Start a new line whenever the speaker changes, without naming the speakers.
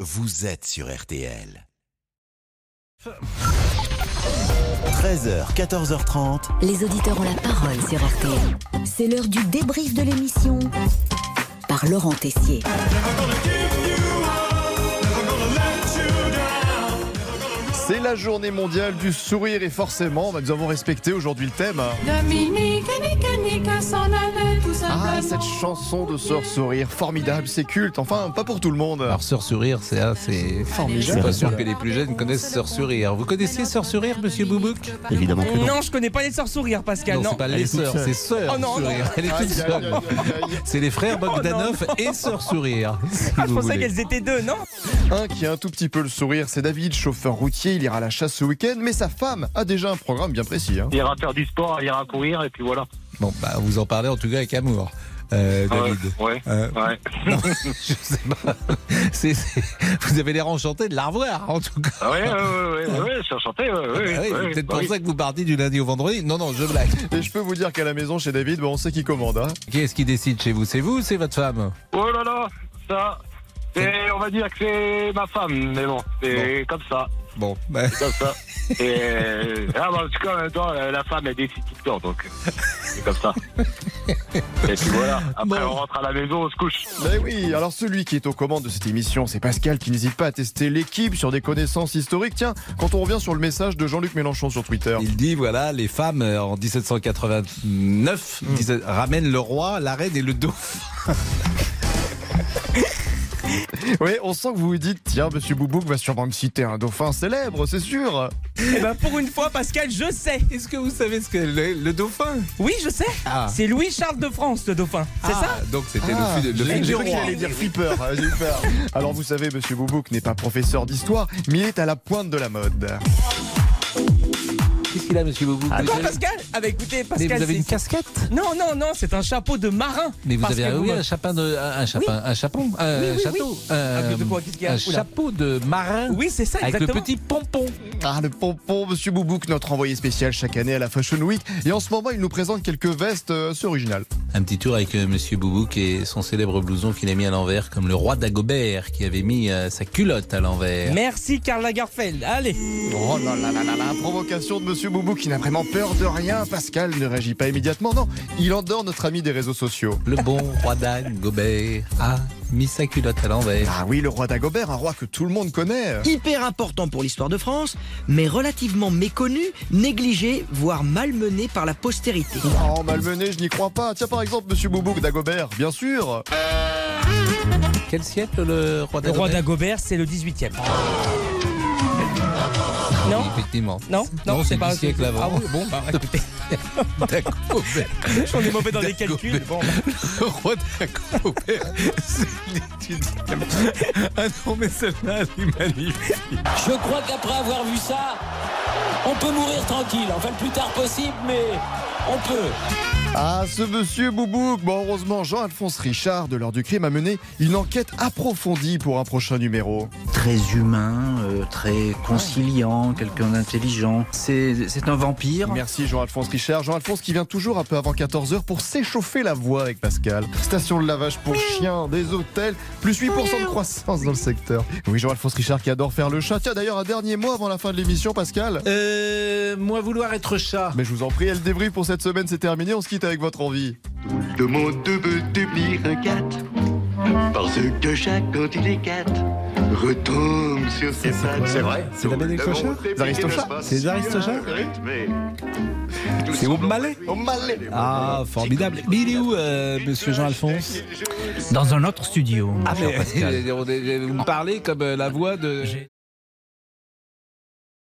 vous êtes sur RTL. 13h, 14h30.
Les auditeurs ont la parole sur RTL. C'est l'heure du débrief de l'émission par Laurent Tessier.
C'est la journée mondiale du sourire et forcément, bah, nous avons respecté aujourd'hui le thème. hein.
Dominique, Nika, Nika s'en allait tout simplement.
Ah, cette chanson de Sœur Sourire, formidable, c'est culte, enfin, pas pour tout le monde.
Alors Sœur Sourire, c'est ah, c'est formidable. Je suis pas sûr que les plus jeunes connaissent Sœur Sourire. Vous connaissiez Sœur Sourire, Monsieur Boubouk
Évidemment que non.
je connais pas les sœurs sourire, Pascal.
Non,
Non,
c'est pas les sœurs, c'est Sœur
Oh non, non.
Sourire. Elle est
Aïe,
toute
aïe, aïe,
seule.
aïe, aïe.
C'est les frères Bogdanov et Sœur Sourire. si
Ah, je
vous
pensais
voulez.
qu'elles étaient deux, non
Un qui a un tout petit peu le sourire, c'est David, chauffeur routier, il ira à la chasse ce week-end, mais sa femme a déjà un programme bien précis. hein.
Il ira faire du sport, il ira courir, et puis voilà.
Bon, bah, vous en parlez en tout cas avec amour, euh, David.
Ah Ouais,
Euh,
ouais, ouais.
je sais pas. C'est- c'est- Vous avez l'air enchanté de la revoir, en tout cas.
Ah ouais, ouais, ouais, ouais, ouais, je suis enchanté, ouais, ouais,
Ah
ouais,
oui,
ouais,
c'est peut-être
bah
pour
oui.
ça que vous partez du lundi au vendredi. Non, non, je blague.
Et je peux vous dire qu'à la maison, chez David, bah, on sait qui commande. hein.
Qui est-ce qui décide chez vous C'est vous ou c'est votre femme
Oh là là, ça, c'est- on va dire que c'est ma femme, mais bon, c'est comme ça,
Bon, bah,
comme ça. Et ah bah, en tout cas, en même temps, la la femme, elle décide tout le temps, donc euh, c'est comme ça. Et puis voilà, après,
Bon.
on rentre à la maison, on se couche.
Ben oui, alors celui qui est aux commandes de cette émission, c'est Pascal qui n'hésite pas à tester l'équipe sur des connaissances historiques. Tiens, quand on revient sur le message de Jean-Luc Mélenchon sur Twitter.
il dit voilà, les femmes euh, en 1789 disaient, ramènent le roi, la reine et le dauphin.
Oui, on sent que vous vous dites, tiens, monsieur Boubouk va sûrement me citer un dauphin célèbre, c'est sûr.
Eh ben, pour une fois, Pascal, je sais.
Est-ce que vous savez ce que le, le dauphin
Oui, je sais.
Ah.
C'est Louis-Charles de France, le dauphin. C'est
Ah,
ça
Donc c'était
Ah,
le fils de-
j'ai-
le fils
j'ai
du
cru qu'il
roi.
allait dire flipper, hein, j'ai eu peur. Alors vous savez, monsieur Boubouk n'est pas professeur d'histoire, mais il est à la pointe de la mode.
Qu'est-ce qu'il a, monsieur Boubou
Quoi, Pascal Ah, bah écoutez,
Mais
Pascal.
vous avez
c'est-
une casquette
Non, non, non, c'est un chapeau de marin.
mais vous
Parce
avez
que
un,
vous
oui,
me-
un chapin de un, un chapin un chapon un
Oui, oui, oui.
château euh,
Ah, de quoi Qu'est-ce qu'il y a
un
Oula.
chapeau de marin
Oui, c'est ça,
avec
exactement.
le petit pompon
Ah, le pompon, monsieur Boubouk, notre envoyé spécial chaque année à la Fashion Week. Et en ce moment, il nous présente quelques vestes euh, assez originales.
Un petit tour avec euh, Monsieur Boubouk et son célèbre blouson qu'il a mis à l'envers, comme le roi d'Agobert qui avait mis euh, sa culotte à l'envers.
Merci, Karl Lagerfeld. Allez.
Oh là là là là là, provocation de Monsieur Boubou qui n'a vraiment peur de rien. Pascal ne réagit pas immédiatement, non. Il endort notre ami des réseaux sociaux.
Le bon roi d'Agobert a mis sa culotte à l'envers.
Ah oui, le roi d'Agobert, un roi que tout le monde connaît.
Hyper important pour l'histoire de France, mais relativement méconnu, négligé, voire malmené par la postérité.
Oh, malmené, je n'y crois pas. Tiens, par exemple, Monsieur Boubouk d'Agobert, bien sûr.
Quel siècle le roi
Le roi
d'Agobert
d'Agobert, c'est le 18 e Non
Effectivement.
Non, non,
c'est
c'est pas-
du siècle avant.
Ah oui, bon, bah, écoutez.
D'Agobert.
On est mauvais dans les calculs. Bon, bah,
Le roi d'Agobert, c'est l'étude. Ah non, mais celle-là, elle est magnifique.
Je crois qu'après avoir vu ça, on peut mourir tranquille. Enfin, le plus tard possible, mais on peut.
Ah, ce monsieur Boubouk Bon, heureusement, Jean-Alphonse Richard, de l'heure du crime, a mené une enquête approfondie pour un prochain numéro.
très humain, euh, très conciliant, quelqu'un d'intelligent. C'est c'est un vampire.
Merci Jean-Alphonse Richard. Jean-Alphonse qui vient toujours un peu avant 14h pour s'échauffer la voix avec Pascal. Station de lavage pour chiens, des hôtels, plus 8% de croissance dans le secteur. Oui, Jean-Alphonse Richard qui adore faire le chat. Tiens, d'ailleurs, un dernier mot avant la fin de l'émission, Pascal.
Euh, moi vouloir être chat.
Mais je vous en prie, le débrief pour cette semaine, c'est terminé. On se quitte avec votre envie.
Le monde veut devenir un cat Parce que chaque quand il est cat Retombe sur ses pattes C'est vrai
C'est la Bénédicte Chauchat
Les Aristochats
C'est les Aristochats C'est au Malais
Au Malais.
Ah, formidable. Mais il est où, euh, monsieur Jean-Alphonse
Dans un autre studio.
Ah, Vous me parlez comme euh, la voix de.